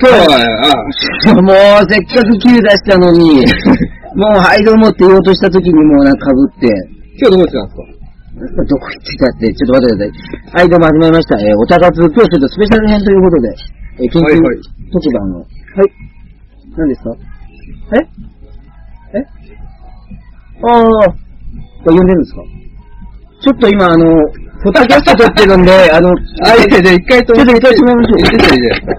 そうだよもう、せっかく Q 出したの に、もう、はい、どうもって言おうとした時にもうなんか被って、今日どこ行ってたんですかなんかどこ行ってたって、ちょっと待ってください。はい、どうも始まりました。えー、おたかつ、今日ちょっとスペシャル編ということで、えー、緊はい急はい特番の。はい。何ですかええああ、これ呼んでるんですかちょっと今、あの、ポタキャスト撮ってるんで、あの、あ、いやいや、一回ちょと。っと一回と止めましょう。いやいや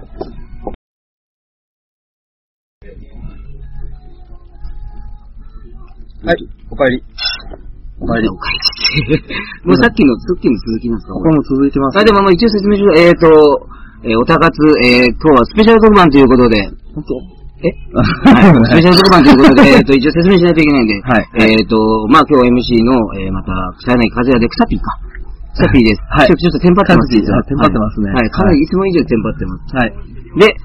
はい、お帰り。お帰り。もうさっきの、さっきの続きなんですかこれも続いてまはい、でも、まあ、一応説明しましょう。えーと、えーおたかつ、えー、今日はスペシャル特番ということで、本当えはい、スペシャル特番ということで、えーと、一応説明しないといけないんで、はいえーと、まあ、今日 MC の、えー、また、草柳和也で、草ピーか。草ピーです。はいちょちょっとテンパってます、実はテンパってますねはい、はいかなりいつも以上にテンパってます。はい。で、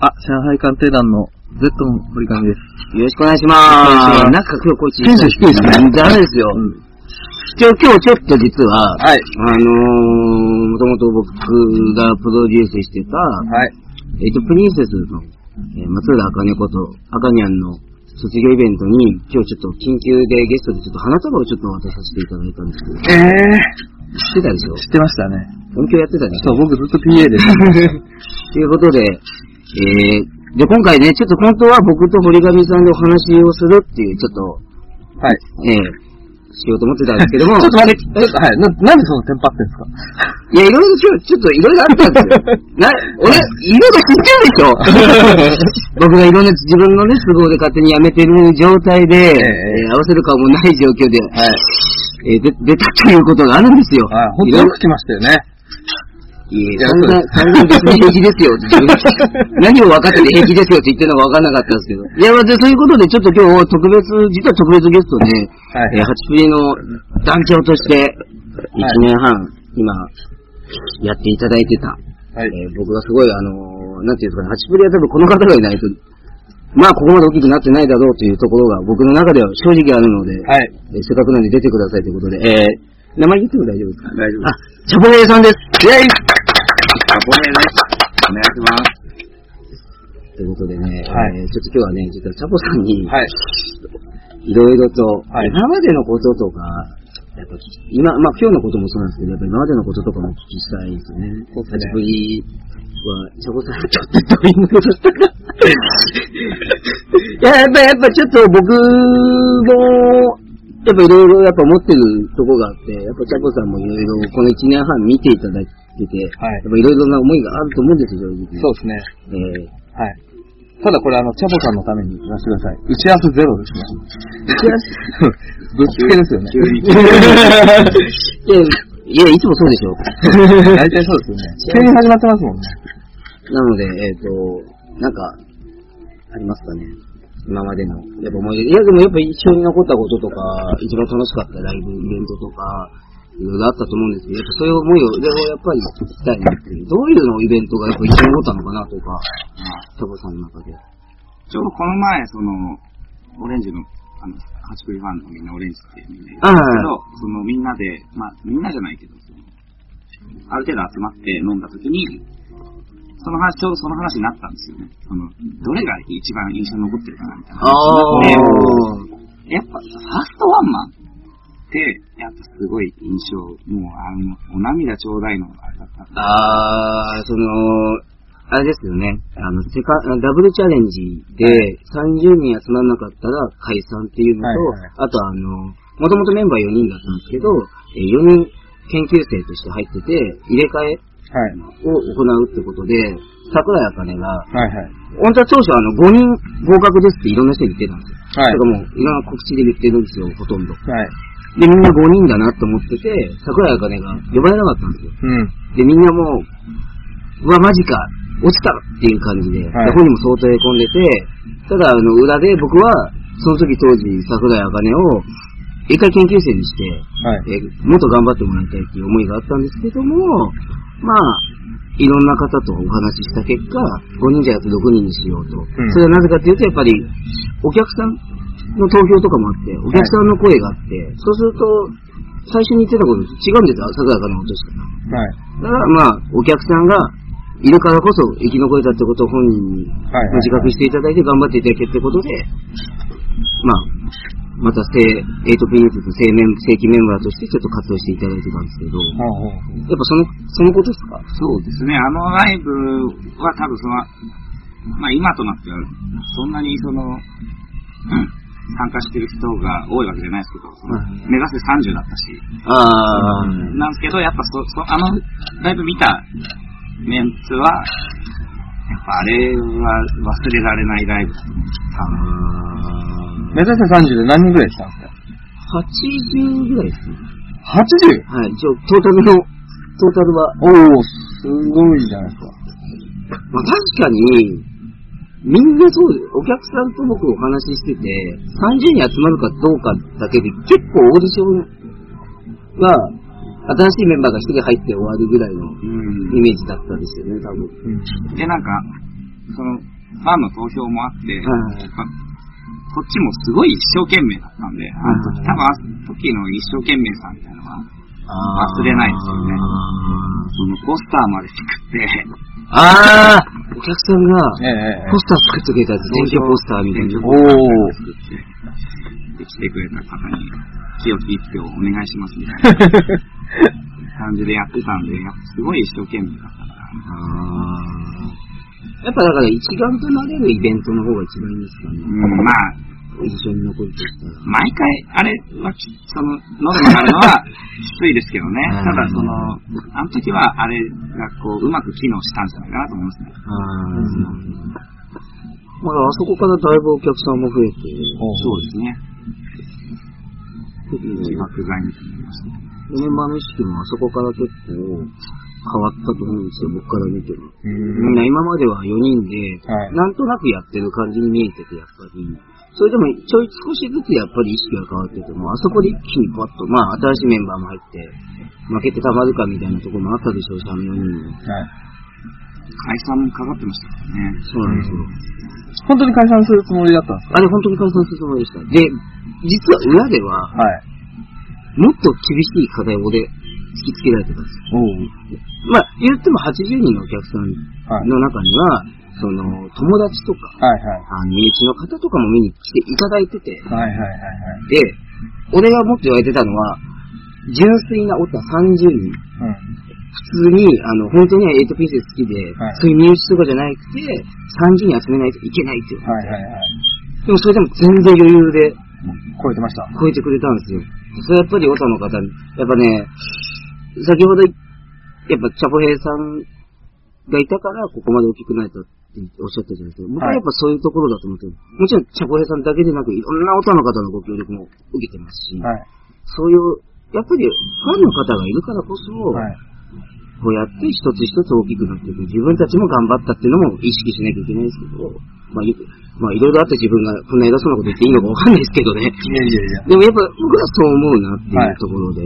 あ、上海鑑定団の Z の堀上です。よろしくお願いします。よろしくお願いしますなんか今日こいつ、テンション低いですねダメですよ。うん一応今日ちょっと実は、はい。あのー、もともと僕がプロデュースしてた、はい。えっと、プリンセスの、えー松浦茜こと、茜にゃんの卒業イベントに、今日ちょっと緊急でゲストでちょっと花束をちょっと渡させていただいたんですけど、知えってたでしょ知ってましたね。音響やってたでしそょう、僕ずっと PA でした。ということで、えー、で、今回ね、ちょっと本当は僕と堀上さんでお話をするっていう、ちょっはい。と、えー、しようと思ってたんですけど も、ちょっと待って、ちょっと、はい。な、なんでそのテンパってんですかいや、いろいろ今日、ちょっといろいろあったんですよ。な、俺、いろ いろ知ってるでしょ僕がいろんな自分のね、都合で勝手にやめてる状態で、えええー合わせる顔もない状況で、はい。えーで出たということがあるんですよ。はい、ほんいとろよいろく来ましたよね。いいやや、散々、散々別に平気です よって自分。何を分かってて平気ですよって言ってるのが分かんなかったんですけど。いや、まあでそういうことで、ちょっと今日、特別、実は特別ゲストで、はいえー、ハチプリの団長として、1年半、今、やっていただいてた、はい。えー僕がすごい、あのーなんていうんですかね、ハチプリは多分この方がいないと、まあ、ここまで大きくなってないだろうというところが、僕の中では正直あるので、はい。えーせっかくなんで出てくださいということで、えー、名前言っても大丈夫ですか大丈あ、夫チャボネイさんです。イェイあ、ごめんね。お願いします。ということでね、はいえーちょっと今日はね、実はチャボさんに、はい。いろいろと、はい今までのこととか、やっぱ聞き今、まあ今日のこともそうなんですけど、やっぱ今までのこととかもお聞きしたいですね。そうですね立ちぶりは、チャボさんにとってどういうものだったか。 いや、やっぱ、やっぱちょっと僕も、やっぱいろいろやっぱ持ってるとこがあって、やっぱチャボさんもいろいろこの1年半見ていただいてて、はいやっぱいろいろな思いがあると思うんですよ、正直。そうですね。えーはい。ただこれ、あの、チャボさんのために言わせてください。打ち合わせゼロですね。 ぶっつけですよね。 いや、いや、いつもそうでしょ。大体そうですよね。急に始まってますもんね。なので、えっ、と、なんか、ありますかね。今までの。やっぱ思い出。いや、でもやっぱ一緒に残ったこととか、一番楽しかったライブ、イベントとか、いろいろあったと思うんですけど、やっぱそういう思いを、でもやっぱり聞きたいなっていう。どういうのイベントがやっぱ一緒に残ったのかなとか、タボさんの中で。ちょうどこの前、その、オレンジの、あの、ハチクリファンのみんなオレンジっていうみんあないあるんですけど、そのみんなで、まあ、みんなじゃないけど、そのある程度集まって飲んだ時に、その話、ちょうどその話になったんですよね。その、どれが一番印象に残ってるかなみたいな話になって。やっぱ、ファーストワンマンって、やっぱすごい印象、もう、あの、お涙ちょうだいのあれだったんであー、その、あれですよね。あの、セカ、ダブルチャレンジで、30人集まんなかったら解散っていうのと、はいはいあとあの、もともとメンバー4人だったんですけど、えー4人研究生として入ってて、入れ替えはい。を行うってことで、桜井茜が、はいはい。本当は当初あの、5人合格ですっていろんな人に言ってたんですはよ。いだからもう、いろんな告知で言ってるんですよ、ほとんど。はい。で、みんな5人だなと思ってて、桜井茜が呼ばれなかったんですよ。うん。で、みんなもう、うわ、マジか、落ちたっていう感じで、はい本人も相当へこんでて、ただ、あの、裏で僕は、その時当時、桜井茜を、一回研究生にして、はい。えもっと頑張ってもらいたいっていう思いがあったんですけども、まあ、いろんな方とお話しした結果、5人じゃなくて6人にしようと。んそれはなぜかっていうと、やっぱり、お客さんの投票とかもあって、お客さんの声があって、そうすると、最初に言ってたことと違うんですよ、桜井茜の落とし方。はい。だからまあ、お客さんが、いるからこそ生き残れたってことを本人にはいはい自覚していただいて頑張っていただけってことで、まあ、また正、エイトピーネットと正面、正規メンバーとしてちょっと活動していただいてたんですけど、ほうほうやっぱその、そのことですかそうですね、あのライブは多分その、まあ今となっては、そんなにその、うん参加してる人が多いわけじゃないですけど、その目指せ30だったし、ああ、なんですけど、やっぱそ、そあのライブ見たメンツは、やっぱあれは忘れられないライブだと思う目指せ30で何人ぐらいしたんですか80ぐらいですね。 ?80! はい、一応トータルの、トータルは、おー、すごいじゃないですか。まあ、確かに、みんなそうです、お客さんと僕お話ししてて、30人集まるかどうかだけで、結構オーディションは、新しいメンバーが一人入って終わるぐらいのイメージだったんですよね、多分。で、なんか、その、ファンの投票もあって、はいまあこっちもすごい一生懸命だったんで、あの時、多分あの時の一生懸命さみたいなのは、忘れないですよねそのポスターまで作って、あーあーお客さんが、ええええポスター作ってくれたんです、選挙ポスターみたいな。おー。で来てくれた方に、清き一票お願いしますみたい な感じでやってたんで、やっぱすごい一生懸命だったから、やっぱだから一丸となれるイベントの方が一番いいですかね。うん、まあ、印象に残るとしたら。毎回、あれはき、その、喉になるのはきついですけどね。ただ、その、あの時は、あれがこう、うまく機能したんじゃないかなと思いますね。あまあ、あそこからだいぶお客さんも増えて、そうですね。結起構爆剤になりましたね。メンバーの意識もあそこから結構変わったと思うんですよ、僕から見ても。みんな今までは4人で、はいなんとなくやってる感じに見えてて、やっぱり。それでもちょい少しずつやっぱり意識が変わってても、あそこで一気にパッと、まあ新しいメンバーも入って、負けてたまるかみたいなところもあったでしょうし、あの4人も。はい解散もかかってましたからね。そうなんですよ。本当に解散するつもりだったんですあれ本当に解散するつもりでした。で、実は裏では、かはい。もっと厳しい課題を俺、突きつけられてたんですよ。おまあ、言っても80人のお客さんはい。の中には、その、友達とか、はいはい。あの、身内の方とかも見に来ていただいてて、はいはいはいで、俺がもっと言われてたのは、純粋なオタ30人。はい。普通に、あの、本当にエイトピース好きで、はいそういう身内とかじゃなくて、30人集めないといけないっていううん。。はいはいはい。でもそれでも全然余裕で超えてました。超えてくれたんですよ。それやっぱりオタの方、やっぱね、先ほど、やっぱチャポヘイさんがいたから、ここまで大きくなれたっておっしゃったじゃないですか。僕はやっぱそういうところだと思ってる、もちろんチャポヘイさんだけでなく、いろんなオタの方のご協力も受けてますし、はい。そういう、やっぱりファンの方がいるからこそ、はい。こうやって一つ一つ大きくなっていく。自分たちも頑張ったっていうのも意識しなきゃいけないですけど、まあ、いまあ、いろいろあって自分がこんな偉そうなこと言っていいのかわかんないですけどね。いやいやいや。でもやっぱ僕はそう思うなっていうところで、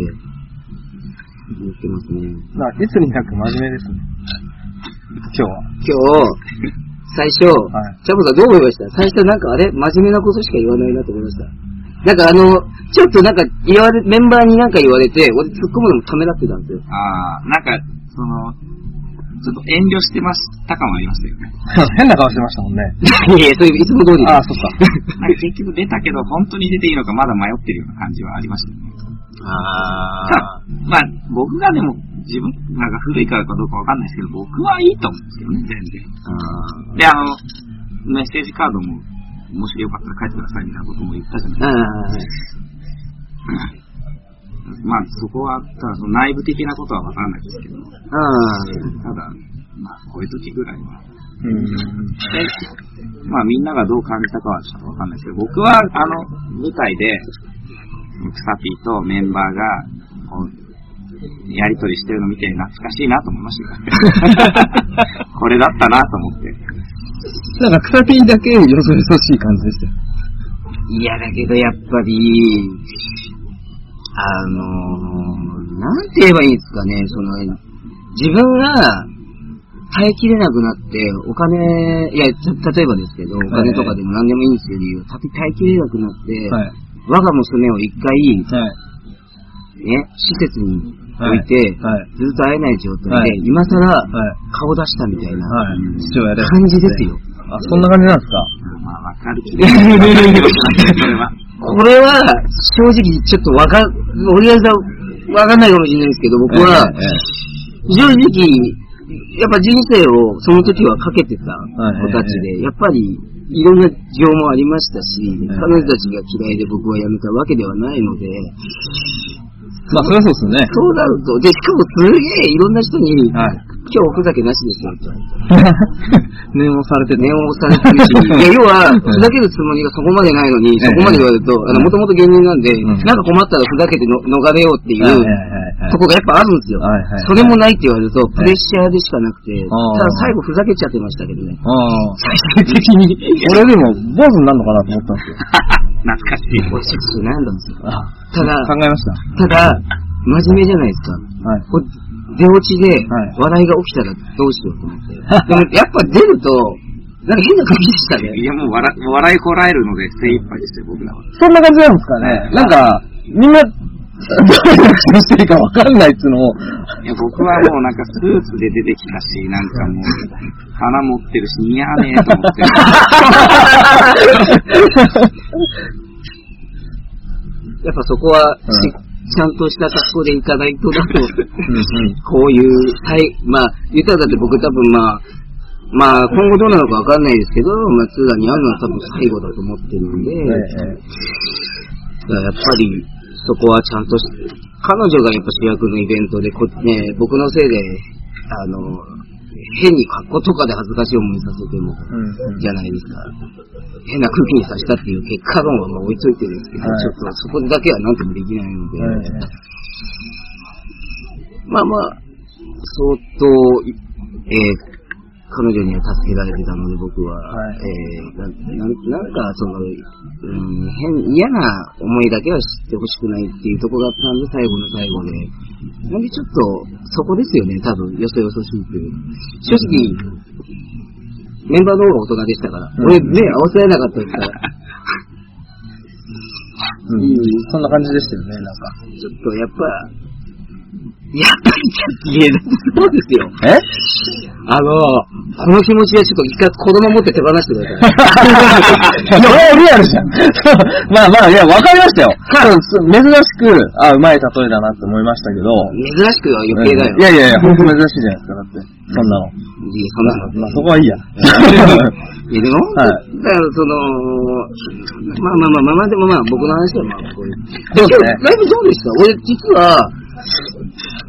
言ってますね。まあ、いつになく真面目ですね。今日は。今日、最初、はいチャボさんどう思いました最初なんかあれ真面目なことしか言わないなと思いました。なんかあの、ちょっとなんか言われ、メンバーになんか言われて、俺突っ込むのもためらってたんですよ。 ああ、なんか、その、ちょっと遠慮してました感はありましたよね。変な顔してましたもんね。いやいや、そういういつも通りでああ、す。そっか。なんか結局出たけど、本当に出ていいのかまだ迷ってるような感じはありましたね。 あただまあ、僕がでも、自分なんか古いからかどうかわかんないですけど、僕はいいと思うんですけどね、全あ然。で、あの、メッセージカードも、もしよかったら書いてくださいみたいなことも言ったじゃないー。あーまあ、そこは、ただその内部的なことはわからないですけど、ただ、あまあ、こういう時ぐらいは。うん。で、まあ、みんながどう感じたかはちょっとわかんないですけど、僕は、あの、舞台で、クサピーとメンバーが、こう、やりとりしてるの見て懐かしいなと思いましたよこれだったなと思って。だから、草ピンだけ、よそよそしい感じでしたよ。ー。いやだけどやっぱり、あのー、なんて言えばいいんですかね、その、自分が耐えきれなくなって、お金、いや、ちょ例えばですけど、お金とかでも何でもいいんですけど、理由耐えきれなくなって、はい。我が娘を一回、はい。ね、施設に置いて、はい。ずっと会えない状態で、はい今更はい。顔出したみたいなはい。父親です。感じですよ。あ、そんな感じなんですかまあ、わかる気がする。それは。これは、正直ちょっとわか、俺がわかんないかもしれないですけど、僕は、えええ正直、やっぱ人生をその時はかけてた子たちで、やっぱりいろんな情もありましたし、ええ彼女たちが嫌いで僕は辞めたわけではないので、えまあ、そりゃそう ですよね。そうなると、で、しかもすげえいろんな人に、今はい。日おふざけなしですよと。念をされ てる。念を押されてるし、いや、要は、ふざけるつもりがそこまでないのに、えそえこまで言われると、あの、もともと芸人なんで、んなんか困ったらふざけての逃れようっていう、はいはいはいとこがやっぱあるんですよはいはい。それもないって言われると、プレッシャーでしかなくて、たあだー最後ふざけちゃってましたけどね。ああ。最終的に。 俺でも、坊主になるのかなと思ったんですよ。懐かし俺、ちい。ょっと悩んだんですよ。ただ、ただ、あ考えました。真面目じゃないですか。はい。こう出落ちで、はい笑いが起きたらどうしようと思 って。でも、やっぱ出ると、なんか変な感じでしたね。いや、もう笑、笑いこらえるので精一杯ですよ、僕らは。そんな感じなんですかね。なんか、みんな、どういうしてるかわかんないっつうのを、いや、僕はもうなんかスーツで出てきたし、なんかもう、鼻持ってるし、似合わねえと思 って。やっぱそこは、しちゃんとした格好で行かないとだと、こういう、はい、まあ、言ったらだって僕多分まあ、まあ、今後どうなのかわかんないですけど、まあ、ツーラに会うのは多分最後だと思ってるんで、だからやっぱり、そこはちゃんとし、彼女がやっぱ主役のイベントでこ、ね、僕のせいで、あの、変に格好とかで恥ずかしい思いさせても、じゃないですか。変な空気にさせたっていう結果論はまあ置いといてですけど、はいちょっとそこだけは何ともできないので、まあまあ、相当、いえー彼女には助けられてたので、僕は、はいえーななんなんか、その、うん、変、嫌な思いだけはしてほしくないっていうところだったんで、最後の最後で。なんでちょっと、そこですよね、多分、よそよそしいという。正直、メンバーの方が大人でしたから、俺、目合わせられなかったです から、うん。そんな感じでしたよね、なんか。ちょっとやっぱ、やっぱりちょっと言えない。そうですよ。えあの、この気持ちはちょっと一回子供持って手放してください。いや、 俺はリアルじゃん。まあまあ、いや、わかりましたよ。珍しく、あ、うまい例えだなって思いましたけど。珍しくは余計だよ。いやいやいや、ほんと珍しいじゃないですか、だって。そんなの。いやそんなの。まあ、そこはいいや。いやでも、はいだからその、まあまあまあまあまあ、でもまあ僕の話はまあ、これ。そうです今ね日ライブどうでした俺実は、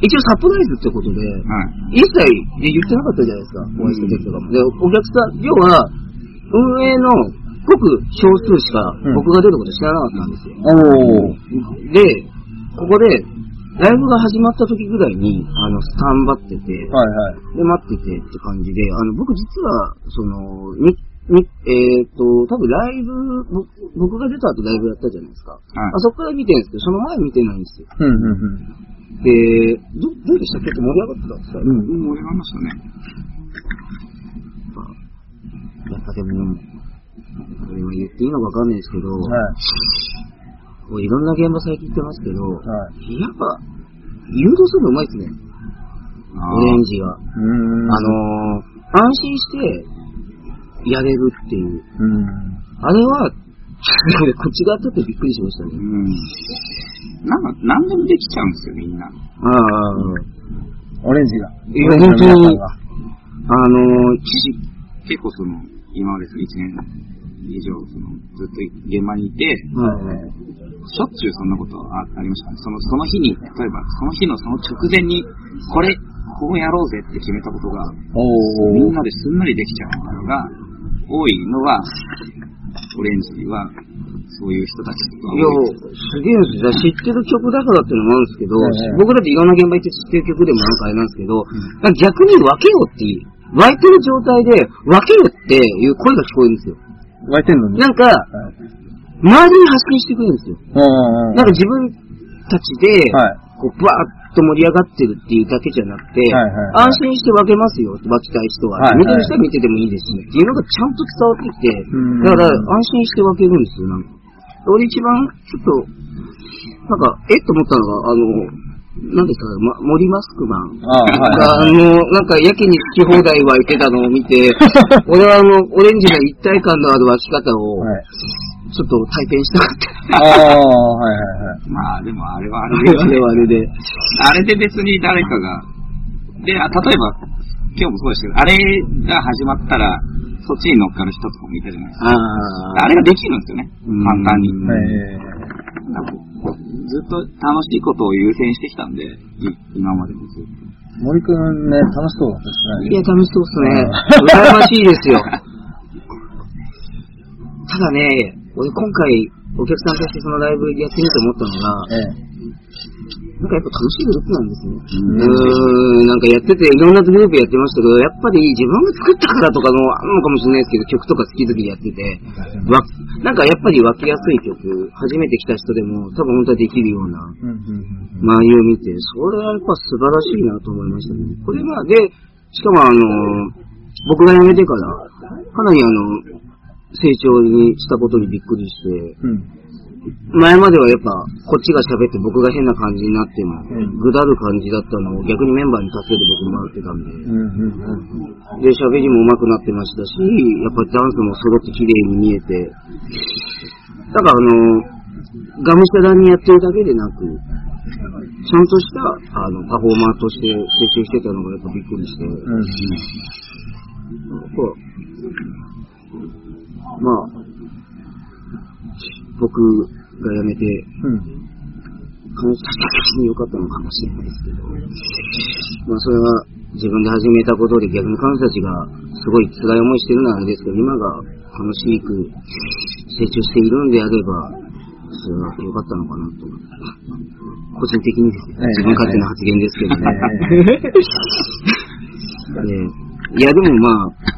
一応サプライズってことで、はい。一切言ってなかったじゃないですか、お会いした時とかも。で、お客さん、要は、運営のごく少数しかうん僕が出ること知らなかったんですよ。おー。で、ここで、ライブが始まった時ぐらいに、あの、スタンバってて、はいはい。で、待っててって感じで、あの、僕実は、その、み、み、えーっ、と、多分ライブ、僕僕が出た後ライブやったじゃないですか。あそこから見てるんですけど、その前見てないんですよ。うんうんうん。で、ど、どうでした結構盛り上がってたんですか、うんうん、盛り上がりましたね。やっぱでも、これは言っていいのかわかんないですけど、はい。こういろんな現場最近行ってますけど、はい。やっぱ、誘導するのうまいですね、あオレンジが。うーん。あのー、安心してやれるっていう。うん。あれは、 俺こっち側ちょっとびっくりしましたねう。ん。なんか、何でもできちゃうんですよ、みんな。ああ、オレンジが。いやオレンジの皆さ本ん当にがあのー、結構その、今までその1年以上、その、ずっと現場にいて、はいしょっちゅうそんなことあありましたね。その、その日に、例えば、その日のその直前に、これ、こうやろうぜって決めたことが、おみー。んなですんなりできちゃうのが、多いのは、オレンジは、そういう人たちとかいや、すげえんですよ。知ってる曲だからっていうのもあるんですけど、ええ僕だっていろんな現場行って知ってる曲でもなんかあれなんですけど、なんか逆に分けようっていう、湧いてる状態で分けようっていう声が聞こえるんですよ。湧いてんのに。なんか、周りに発信してくるんですよ。うんうんうん。なんか自分たちで、はいこう、バーッと盛り上がってるっていうだけじゃなくて、はいはいはい安心して分けますよ、分けたい人は。はいは見いてる人は見ててもいいですねっていうのがちゃんと伝わってきて、うんだから安心して分けるんですよ、なんか。俺一番、ちょっと、なんか、えっと思ったのが、あの、なんですか、ま、森マスクマン。あああ、はい。の、なんか、やけに好き放題は行けたのを見て、俺はあの、オレンジの一体感のある湧き方を、はいちょっと体験したかった。ああ、はいはいはい。まあ、でもあれはああれで、れはあれ で。あれで別に誰かが、で、あ例えば、今日もそうですけど、あれが始まったら、そっちに乗っかる人とかもいたじゃないですか。ああれができるんですよね、うん簡単に。えなんかずっと楽しいことを優先してきたんで、い今までもずっと。ー、森くんね、楽しそうだったーでいや、楽しそうっすね。羨ましいですよ。ただね、俺今回、お客さんとしてそのライブやってみて思ったのが、すね。なんかやっぱ楽しいグループなんですね。うーん、なんかやってて、いろんなグループやってましたけど、やっぱり自分が作ったからとかのあんのかもしれないですけど、曲とか好き好きでやってて、わなんかやっぱり湧きやすい曲、初めて来た人でも多分本当はできるようなええ。うんうん周りを見て、それはやっぱ素晴らしいなと思いましたね。これまあで、しかもあの、僕が辞めてから、かなりあの、成長にしたことにびっくりして、うん。うん。前まではやっぱ、こっちが喋って僕が変な感じになっても、ぐだる感じだったのを逆にメンバーに助けて僕もらってたんで、うんうんうん。で、喋りも上手くなってましたし、やっぱりダンスも揃って綺麗に見えて、だからあの、がむしゃらにやってるだけでなく、ちゃんとした、あの、パフォーマーとして成長してたのがやっぱびっくりして、うんうん。まあ、僕が辞めて、うん。感謝的に良かったのかもしれないですけど、まあそれは自分で始めたことで逆に彼女たちがすごい辛い思いしてるのはあれですけど、今が楽しく成長しているのであれば、それは良かったのかなと思って。個人的にですね、ええ自分勝手な発言ですけどね。ええいや、でもまあ、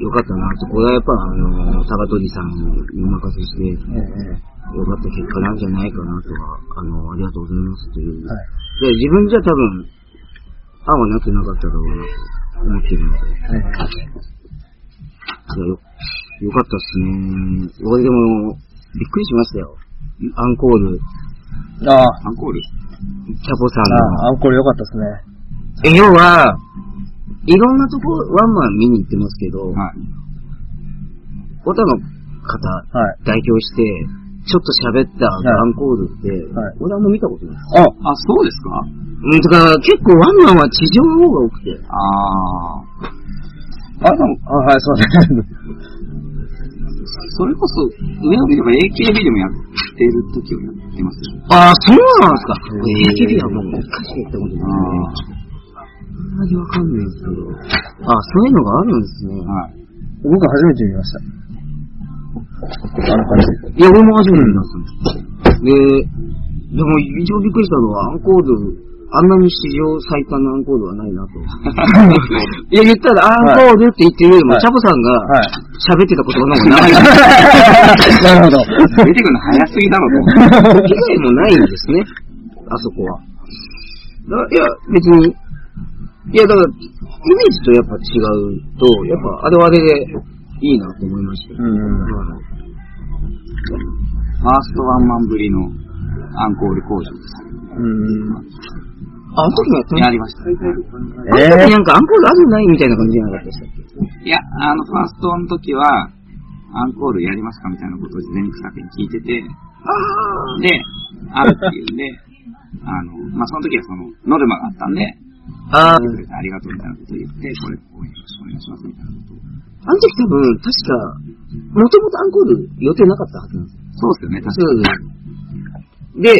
良かったなと。これはやっぱ、あの、高取さんにお任せして、ええ。良かった結果なんじゃないかなとは、あの、ありがとうございますという。はいで自分じゃ多分、案はなってなかっただろうなと思ってるので。いええ。や、よ、よかったっすね。俺でも、びっくりしましたよ。アンコール、ああ、アンコールキャポさんあの。あ、アンコール良かったですえね。要は、いろんなとこ、ワンマン見に行ってますけど、はい。小田の方、はい。代表して、ちょっと喋ったアンコールって、はい俺はもう見たことない。あ、あ、そうですかうん、だから結構ワンマンは地上の方が多くて。ああ。あの、あ、はい、すいません。それこそ、上を見れば AKB でもやってる時をやってますよ。ああ、そうなんですか。ー AKB はもう一回しか行ったことない。あんまりわかんないですけど。ああ、そういうのがあるんですね。はい。 僕は初めて見ました。あの感じ。いや、俺も初めて見たんですよ。で、でも一応びっくりしたのは、アンコール、あんなに史上最短のアンコールはないなと。 いや、言ったら、アンコールって言ってるよりも、はいチャボさんがはい。喋ってたことの方が長い。なる ほど。出てくるの早すぎだろと。被害もないんですね、あそこは。だいや、別に、いや、だから、イメージとやっぱ違うと、やっぱあれはあれでいいなと思いましたよ。うん。はいファーストワンマンぶりのアンコール工場です。うん。あ、あの時もやってまやしりました。た。あの時なんかアンコールあるないみたいな感じじゃなかったでしたっけいや、あの、ファーストの時は、アンコールやりますかみたいなことを事前にスタッフに聞いてて、で、あるっていうんで、 あの、まあ、その時はその、ノルマがあったんで、ああ、あ来てくれてありがとうみたいなことを言って、これ、応援よろしくお願いしますみたいなことを。の時多分、確か、もともとアンコール予定なかったはずなんですよ。そうですよそうね、確かに。で、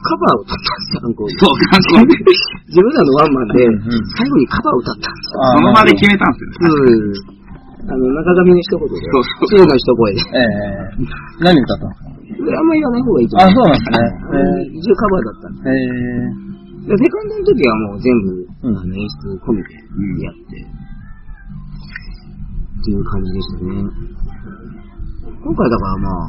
カバーを歌ったんですよ、アンコール。そう、アンコール。自分らのワンマンでうんうん、最後にカバーを歌ったんですよ。あーその場で決めたんでうん。あすよね。の、中上の一言で、そうそう通の一声で。ええ。何歌ったんですかこれあんまり言わない方がいいとあ、思。そううなんですね。うん一応カバーだったんでえす。え。えで、セカンドの時はもう全部、うんあの演出込みでやって、っていう感じでしたね。今回だからまあ、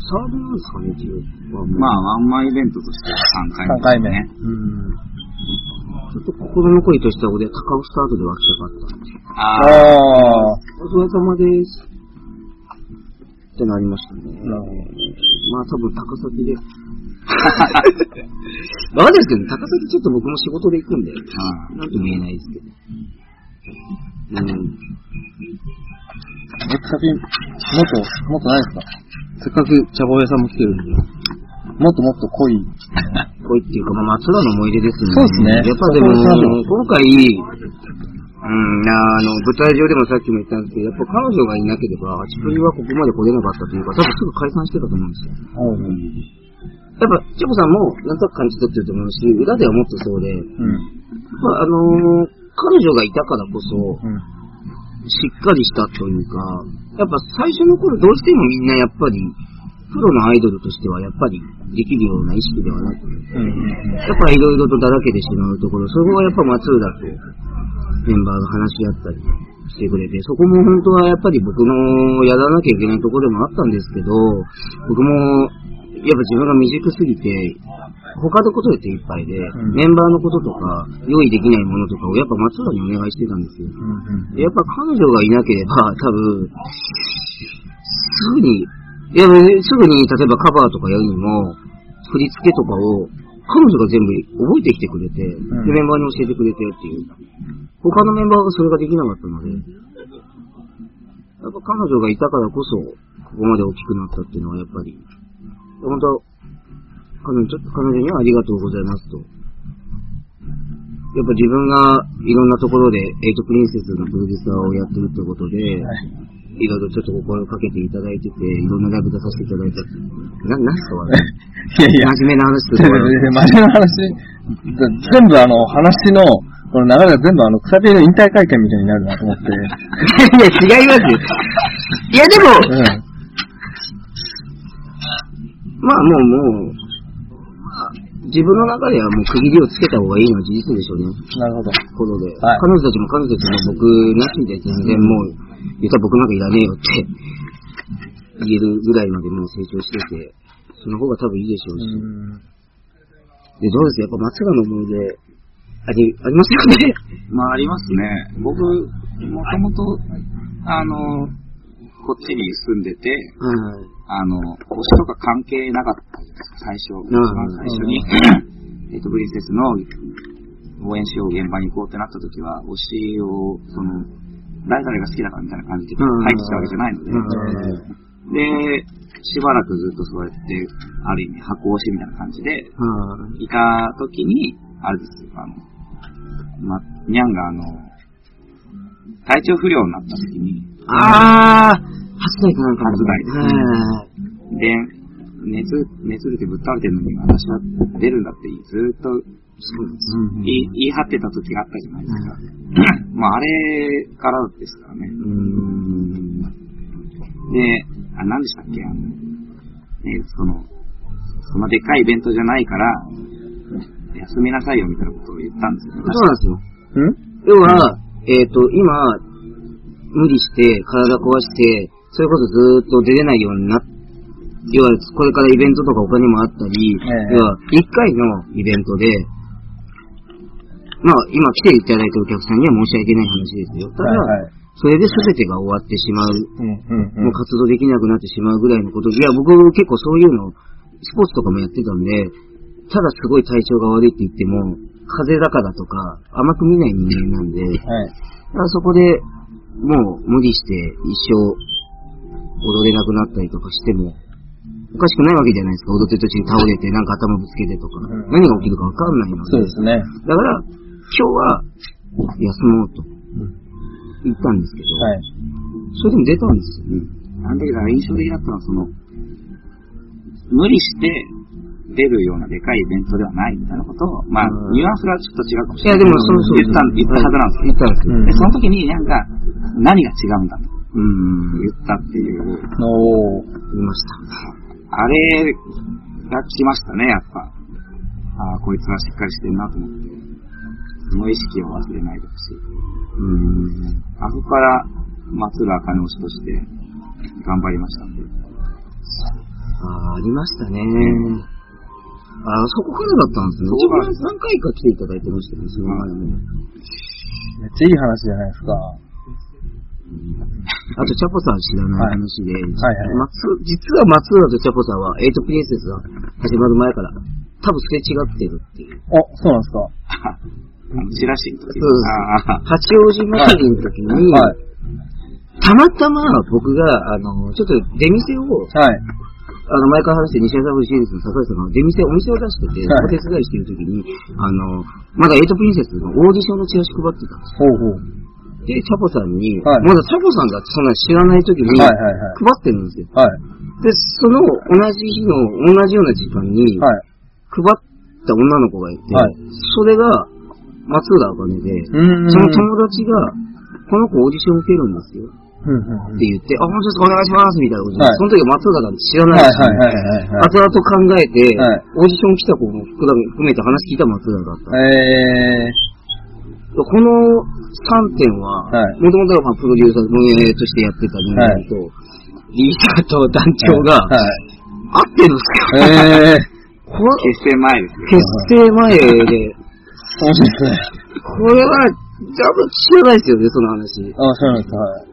ササーブなんですかね、一応。まあ、ワンマンイベントとして3 3回回目、目。ね。うん。あ、ちょっと心残りとしては俺、高尾スタートで湧きたかったんで。あああ、あ。お疲れ様です。ってなりましたね。なるほど まあ多分高崎でわかんないですけどね、高崎ちょっと僕も仕事で行くんで、あなんとも言えないですけど。うん。もっと、もっとないですかせっかく茶坊屋さんも来てるんで。もっともっと濃い。恋っていうか、まあ、松田の思い出ですね。そうですねやっぱでも、そうそう今回、うん、あの、舞台上でもさっきも言ったんですけど、やっぱ彼女がいなければ、チプリはここまで来れなかったというか、多分すぐ解散してたと思うんですよ。やっぱ、チョコさんも、なんとなく感じ取ってると思うし、裏ではもっとそうで、うん。まあ、あのー彼女がいたからこそ、うんしっかりしたというか、やっぱ最初の頃どうしてもみんなやっぱり、プロのアイドルとしてはやっぱりできるような意識ではなく、やっぱいろいろとだらけてしまうところ、そこはやっぱ松浦とメンバーが話し合ったりしてくれて、そこも本当はやっぱり僕のやらなきゃいけないところでもあったんですけど、僕もやっぱ自分が未熟すぎて、他のことで手いっぱいで、んメンバーのこととか、用意できないものとかをやっぱ松浦にお願いしてたんですよ。やっぱ彼女がいなければ、多分、すぐに、いや、すぐに、例えばカバーとかやるにも、振り付けとかを、彼女が全部覚えてきてくれて、んで、メンバーに教えてくれてっていう。他のメンバーがそれができなかったので、やっぱ彼女がいたからこそ、ここまで大きくなったっていうのはやっぱり、本当彼女、ちょっと彼女にはありがとうございますと。やっぱ自分がいろんなところでエイトプリンセスのプロデューサーをやってるってことで、いろいろちょっと心かけていただいてて、いろんなライブ出させていただいたって。な、なんすか笑いやいいや、真面目な話と真面目かな笑い。話。全部あの、話の、この流れが全部あの、草ピの引退会見みたいになるなと思って。 いや、違いますよ。いや、でも、うん。まあもうもう、まあ、自分の中ではもう区切りをつけた方がいいのは事実でしょうね。なるほど。ところで、はい彼女たちも彼女たちも僕なしで全然もう、言ったら僕なんかいらねえよって言えるぐらいまでもう成長してて、その方が多分いいでしょうし。で、どうですやっぱ松川の思い出、あり、ありますよねまあ、ありますね。僕、もともと、あの、こっちに住んでて、はい。あの、推しとか関係なかったんです最初、ん一番最初に、えっと、プリンセスの応援しよう現場に行こうってなった時は、推しを、その、誰々が好きだからみたいな感じでうん入ってきたわけじゃないのうんで、で、しばらくずっとそうやって、ある意味箱推しみたいな感じで、はいた時に、あれですよ、あの、ま、にゃんがあの、体調不良になった時に、い。あー、初代かなんか初代ですねはいで、熱、熱出てぶっ倒れてるのに私は出るんだってずーっとそうです。言い言い張ってた時があったじゃないですか。まああれからですからね。うーん。で、あ、何でしたっけあの、えその、そんなでっかいイベントじゃないから、休みなさいよみたいなことを言ったんですよね。そうなんですうんよ。要は、えっ、と、今、無理して、体壊して、それこそずーっと出れないようになっ要は、これからイベントとか他にもあったり、ええ要は、1回のイベントで、まあ、今来ていただいたお客さんには申し訳ない話ですよ。ただ、はいはい。それで全てが終わってしまううんうんもう活動できなくなってしまうぐらいのことで、いや、僕結構そういうの、スポーツとかもやってたんで、ただすごい体調が悪いって言っても、風邪だからとか、甘く見ない人間なんで、だかはい。らそこでもう無理して一生踊れなくなったりとかしても、おかしくないわけじゃないですか。踊ってる途中に倒れて、なんか頭ぶつけてとか、うん何が起きるかわかんないのそうですね。だから、今日は休もうと言ったんですけど、はい。それでも出たんですよ。うん。なんだけど、印象的だったのは、その、無理して出るようなでかいイベントではないみたいなことを、まあうん、ニュアンスがちょっと違うかもしいれや、ない。でも、その、そう言ったん、言ったはずなんです言ねっ。たんですよ。うんで、その時に、なんか、何が違うんだとうん、言言ったっていう、おー。いました。あれが来ましたね、やっぱ。ああ、こいつはしっかりしてるなと思って。その意識を忘れないでほしい。うん。あそこから、松浦金推しとして、頑張りましたんで。あーありましたね。あーそこからだったんですね。そ自こから分何回か来ていただいてましたよね、その前も。めっちゃいい話じゃないですか。あと、チャポさん知らない話で、はいはい松実は松浦とチャポさんは、エイトプリンセスが始まる前から、多分すれ違ってるっていう。あ、そうなんですか。あの、 チラシの時そうですああ、八王子祭りの時に、はい。たまたま僕が、あの、ちょっと出店を、はい。あの、前から話して西麻布シリーズの坂井さんが出店、お店を出してて、はいお手伝いしてる時に、あの、まだエイトプリンセスのオーディションのチラシ配ってたんですほうほう。よ。で、チャポさんに、はいまだチャポさんだってそんなの知らない時に、はいはい配はいってるんですよ。はい。で、その同じ日の同じような時間に、はい。配った女の子がいて、はいそれが松浦茜で、うーん。その友達が、この子オーディション受けるんですようんうんうんって言って、あ、本当ですかお願いしますみたいなことで、はいその時は松浦なんて知らはないいし、はいはいはいはい。後々考えて、はいオーディション来た子も含めて話聞いた松浦だった。えこの3点ははい、もともとはプロデューサー、運営としてやってた人間と、リーダーと団ー。長が、は合ってるんい。えー。ですよ。これ結成前ですよ。結成前で、面白いですね。これは、多分知らないですよね、その話。でも、チャあ、そうなんですか。はい。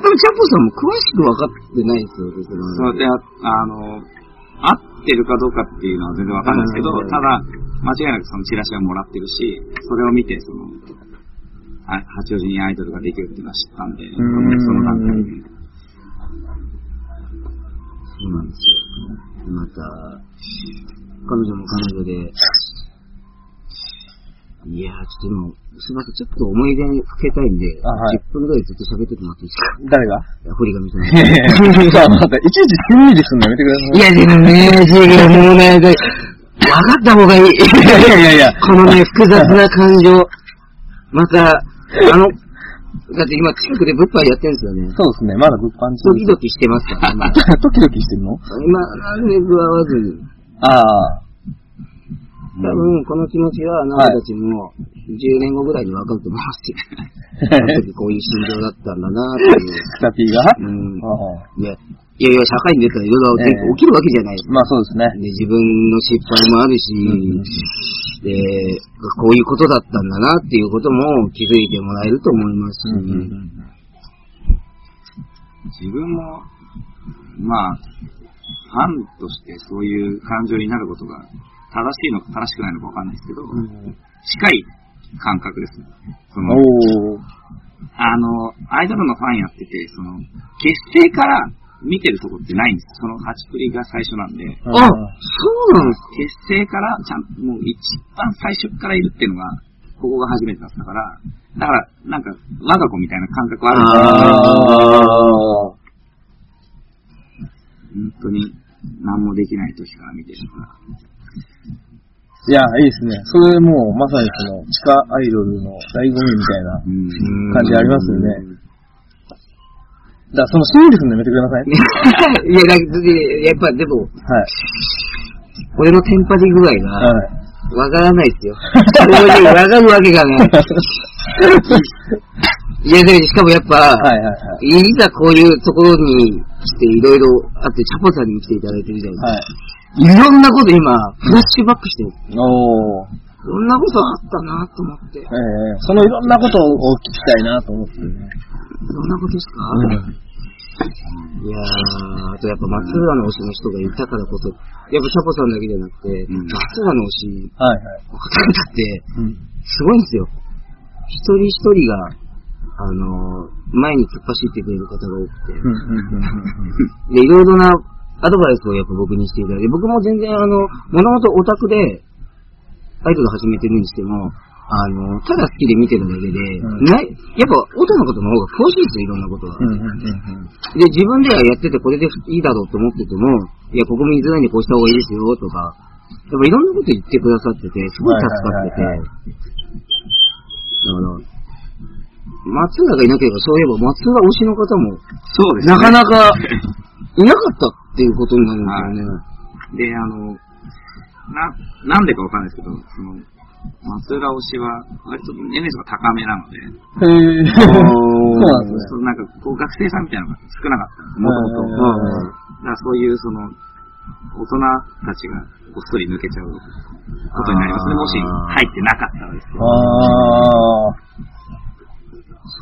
ポさんも詳しく分かってないですよね、その話。そう、で、ああの、合ってるかどうかっていうのは全然わかんないですけどうん、ただ、間違いなくそのチラシはもらってるし、それを見て、その、あ八王子にアイドルができるっていうのは知ったんで、そんの段階で。そうなんですよ。また、彼女も彼女で、いやー、ちょっと今、すみません、ちょっと思い出にふけたいんで、あはい10分ぐらいずっと喋っててもらっていいですか誰がいや、堀 上さん。へへへ。さあ、また、いちいちしんみりすんのやめてください。いや、でもね、授業もうね、分かった方がいい。いやいやいやいやこのね、複雑な感情。また、あの、だって今近くで物販やってるんですよね。そうですね、まだ物販ド中。キドキしてますから、今。 ドキドキしてるの今、何年合わずに。あ あ。多分、この気持ちは、あなたたちも、10年後ぐらいに分かると思いますよ。 あの時こういう心情だったんだなっていう。スタピーがうん。ああいや、 いやいや、社会に出たらいろいろ起きるわけじゃないですかまあそうですね。で、自分の失敗もあるし、で、こういうことだったんだなっていうことも気づいてもらえると思いますし、自分も、まあ、ファンとしてそういう感情になることが正しいのか正しくないのかわかんないですけど、近い感覚ですね。その、おお。あの、アイドルのファンやってて、その、結成から見てるとこってないんですよ。そのハチプリが最初なんで、あ、そうなんです結成から、ちゃんもう一番最初からいるっていうのが、ここが初めてだったから、だから、なんか、我が子みたいな感覚はあるんですよああ。本当に何もできない時から見てるから。いや、いいですね。それもう、まさにその、地下アイドルの醍醐味みたいなうん。感じありますよね。だから、その、しんみりすんのやめてください。ね いや、だってやっぱでも、はい。俺のテンパり具合が、はい。わからないですよ。正直わかるわけが ない。いや、でもしかもやっ ぱ、はいはいはい。いざこういうところに来ていろいろあって、チャポさんにも来ていただいてるじゃないはい。ですか。いろんなこと今、フラッシュバックしてる。おー。そんなことあったなと思って。ええそのいろんなことを聞きたいなと思ってね。そんなことですか、いやー、あとやっぱ松浦の推しの人がいたからこそ、やっぱシャポさんだけじゃなくて、ん松浦の推しはいはい。の方々って、うんすごいんですよ。一人一人が、あのー前に突っ走ってくれる方が多くて、で、いろいろなアドバイスをやっぱ僕にしていただいて、僕も全然あの、もともとオタクで、アイドル始めてるにしても、あの、ただ好きで見てるだけで、うんない、やっぱオタのことの方が詳しいんですよ、いろんなことは。うんうんうんうんで、自分ではやっててこれでいいだろうと思ってても、いや、ここ見づらいんでこうした方がいいですよ、とか、やっぱいろんなこと言ってくださってて、すごい助かってて、はいはいはいはいだから、松浦がいなければ、そういえば松浦推しの方も、そうですね。なかなか、いなかったっていうことになるんですよね。で、あの、な、なんでかわかんないですけど、その、松浦推しは、割と年齢層が高めなので、へえ。そうそうなんですね。そのなんか、こう学生さんみたいなのが少なかったんです、もともと。はだからそういう、その、大人たちがごっそり抜けちゃうことになりますね。あーもし入ってなかったらですい。ああ。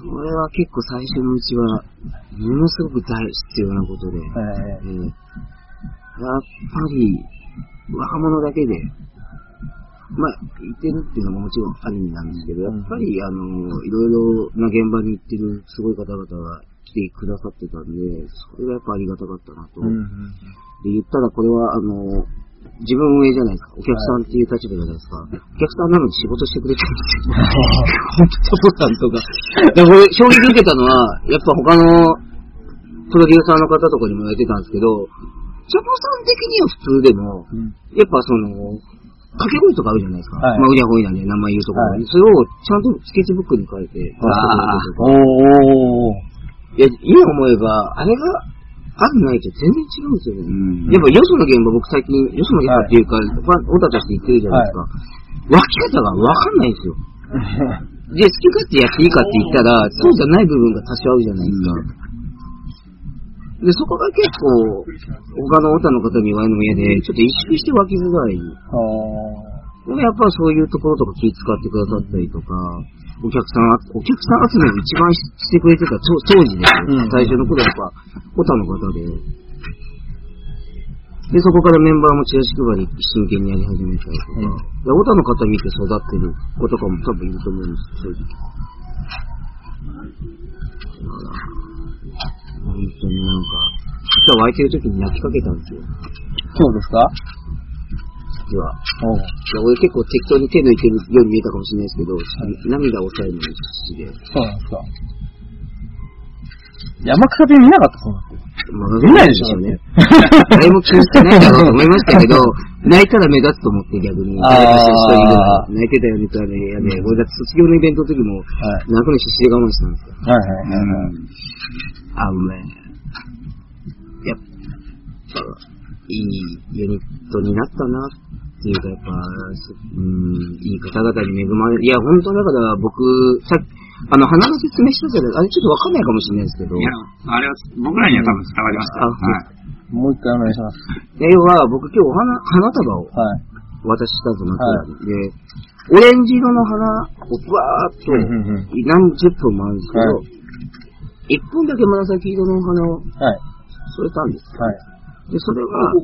それは結構最初のうちは、ものすごく大必要なことで、ええーやっぱり、若者だけで、まあ、行ってるっていうのももちろんありなんですけど、やっぱり、あの、いろいろな現場に行ってるすごい方々が来てくださってたんで、それがやっぱありがたかったなと。うんで、言ったらこれは、あの、自分運営じゃないですか。お客さんっていう立場じゃないですか。お客さんなのに仕事してくれてるんですよ。本当そうなんとか。で、俺、衝撃受けたのは、やっぱ他のプロデューサーの方とかにも言われてたんですけど、ジャボさん的には普通でも、うんやっぱその、掛け声とかあるじゃないですか。はいまあ、うりゃほいなんで名前言うところ、はいそれをちゃんとスケッチブックに書いて出してくれてるとか、いおーおーおーや、今思えば、あれが、あるないと全然違うんですよね。うんやっぱ、よその現場、僕最近、よその現場っていうか、まあオタとして言ってるじゃないですか。分け方が分かんないんですよ。で、好き勝手やっていいかって言ったら、そうじゃない部分が多少あるじゃないですか。で、そこが結構、他のオタの方に言われるのも嫌で、ちょっと萎縮して湧きづらい。おでーもやっぱそういうところとか気使ってくださったりとか、お客さんあ、お客さん集めを一番してくれてた当当時ですよ。うん最初の頃やっぱ、オタの方で。で、そこからメンバーもチラシ配り真剣にやり始めたりとか、うんでオタの方見て育ってる子とかも多分いると思うんですよ、正直。本当になんか、実は湧いてる時に泣きかけたんですよ、そうですか実は。おーいや、俺結構適当に手抜いてるように見えたかもしれないですけど、涙を抑えるのに必死で。そうなんですか。山草で見なかったそうなんですよ。まあ見ないでしょうね。誰も気にしてないだろうと思いましたけど、泣いたら目立つと思って逆に。あー私一人が泣いてたよねとはね、やで、俺だって卒業のイベントの時も、はい。泣くの必死で我慢したんですよ。はいはいはい。あのね、やっぱ、いいユニットになったなっていうか、やっぱ、すうん、いい方々に恵まれ、いや、本当だから僕、さっき、あの、鼻の説明したじゃない、あれちょっとわかんないかもしれないですけど、いや、あれは、僕らには多分伝わりましたよ。あそうはい。もう一回お願いします。要は僕今日お花、花束をはい。渡したと思ってで、オレンジ色の花をぶわーっとうんうんうん何十本もあるんですけはど、一、本だけ紫色のお花をはい。添えたんです。はい。で、それは、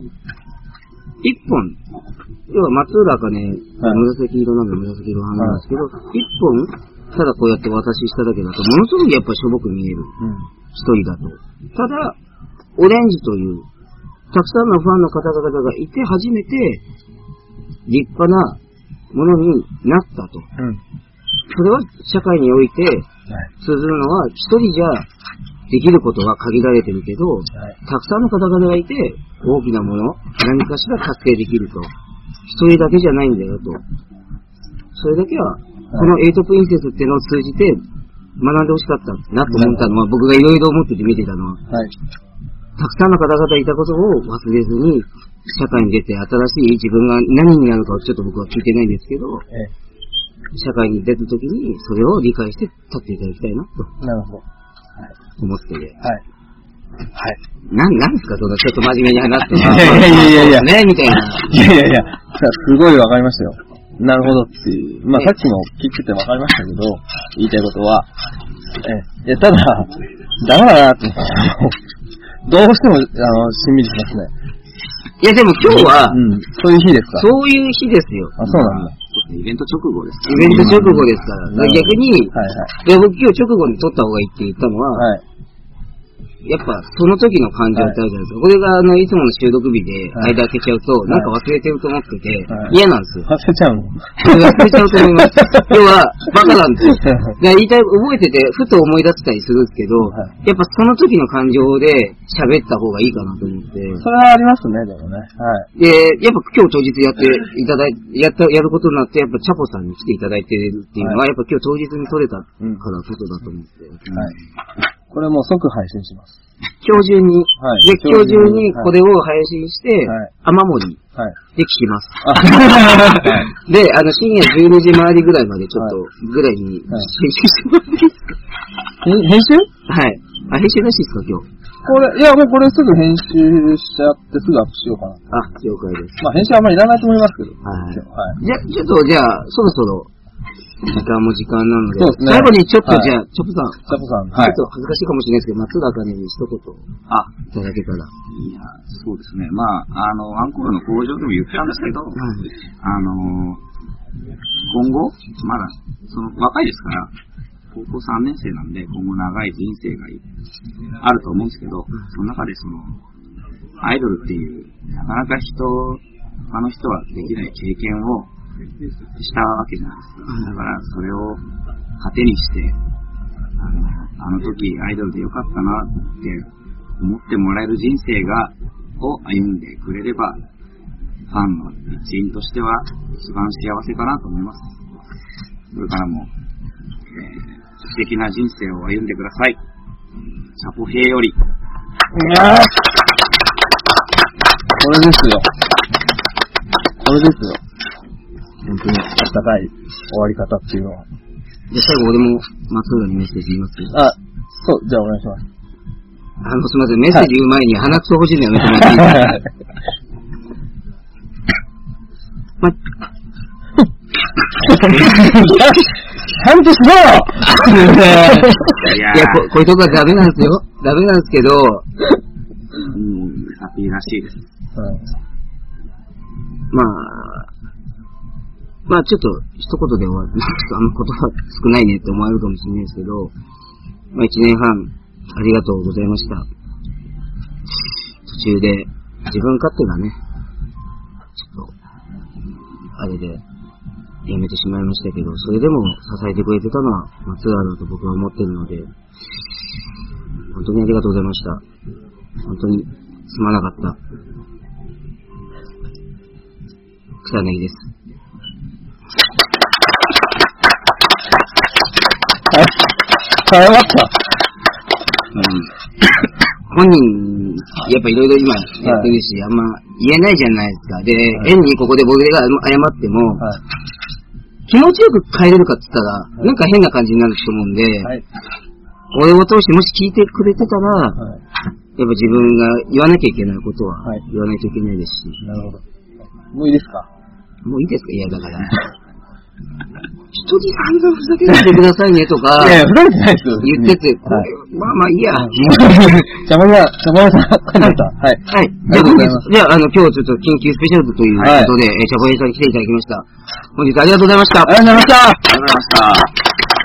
一本、要は松浦かね、はい紫色なんで紫色の花なんですけど、一、本、ただこうやってお渡ししただけだと、ものすごくやっぱしょぼく見える、うん。一人だと。ただ、オレンジという、たくさんのファンの方々がいて初めて、立派なものになったと。うん。それは社会において、通ずるのは、一人じゃできることが限られてるけど、はい。たくさんの方々がいて、大きなもの、何かしら達成できると。一人だけじゃないんだよと。それだけは、このエイトプリンセスっていうのを通じて、学んでほしかったなと思ったのは、僕がいろいろ思ってて見てたのは、はい。たくさんの方々いたことを忘れずに、社会に出て新しい自分が何になるかをちょっと僕は聞いてないんですけど、ええ。社会に出た時にそれを理解して立っていただきたいなとなるほど。思ってて。はい。なん、なんですかそのちょっと真面目に話して。いやいやいやいやまあね、みたいな。いやいやいや、さすごいわかりましたよ。なるほどっていう。まあ、さっきも聞いててわかりましたけど、言いたいことは、え、いや、ただ、ダメだなって、どうしても、あの、しんみりしますね。いやでも今日は、うん。そういう日ですかそういう日ですよ。あ、そうなんだ。そうですねイベント直後ですかイベント直後ですから。なるほど逆に、はいいや僕今日直後に撮った方がいいって言ったのは、はい。はい。やっぱその時の感情ってあるじゃないですか。これがあの、いつもの収録日ではい間開けちゃうと、なんか忘れてると思ってて、はい嫌なんですよ。忘れちゃうの忘れちゃうと思います。 要は、バカなんですよ。だから言いたい、覚えてて、ふと思い出したりするんですけど、はやっぱその時の感情で喋った方がいいかなと思って。それはありますね、でもね。はい。で、やっぱ今日当日やっていただい、やった、やることになって、やっぱチャポさんに来ていただいてるっていうのは、やっぱ今日当日に撮れたからことだと思って。はい。これもう即配信します。今日中に、はいで、今日中にはいこれを配信して、はい雨漏りはい。で聞きます。あ、 で、あの、深夜12時回りぐらいまでちょっと、ぐらいに、編集はいしてもらっていいですか編編集はい。あ、編集なしですか今日。これ、いや、もうこれすぐ編集しちゃってすぐアップしようかな。あ、了解です。まあ編集あんまりいらないと思いますけど。はいはい。じゃ、ちょっとじゃあ、そろそろ、時間も時間なので、そうですね最後にちょっと、はいじゃあ、チョップさん、ャポさん。ちょっと恥ずかしいかもしれないですけど、松坂に一言あ、いただけたら。いや、そうですね。まあ、あの、アンコールの工場でも言ったんですけど、はい。あの今後、まだ、その、若いですから、高校3年生なんで、今後長い人生があると思うんですけど、その中でその、アイドルっていう、なかなか人、他の人はできない経験をしたわけじゃないですか。だから、それを糧にして、あの、あの時アイドルでよかったなって思ってもらえる人生が、を歩んでくれれば、ファンの一員としては一番幸せかなと思います。これからも、えー素敵な人生を歩んでください。チャポ兵より。これですよ。これですよ。本当に、温かい終わり方っていうのは。じゃあ最後俺も松浦にメッセージ言いますけど、あ、そう、じゃあお願いし ます。あの、すみません、メッセージ言う前に鼻くそ欲しいのやめてもらっていいですかま、ちゃんとしろよ いやこ、こういうとこはダメなんですよ。ダメなんですけど、うん、ハッピーらしいです。まあ、まあちょっと一言で終わる。なんかあの言葉少ないねって思われるかもしれないですけど、まあ一年半ありがとうございました。途中で自分勝手がね、ちょっと、あれで、やめてしまいましたけど、それでも支えてくれてたのは松原だと僕は思ってるので、本当にありがとうございました。本当にすまなかった。草薙です。 謝った。本人、やっぱいろいろ今やってるし、あんま言えないじゃないですか。で、変にここで僕が謝っても、はい気持ちよく帰れるかって言ったら、なんか変な感じになると思うんで、はい俺を通してもし聞いてくれてたら、はいやっぱ自分が言わなきゃいけないことははい言わないといけないですし、なるほど。もういいですかもういいですかいや、だから。人に散々ふざけないでくださいねとかい、やいや、ふざけてないですよ。言ってて、こはい。うまあまあいいや。 邪魔が、邪魔がさん、こなった。はい。はい。じゃありがあと本うご日ざいます、じゃあ、あの、今日ちょっと緊急スペシャルということで、えー、チャコエさんに来ていただきました。本日ありがとうございました。ありがとうございましたありがとうございました。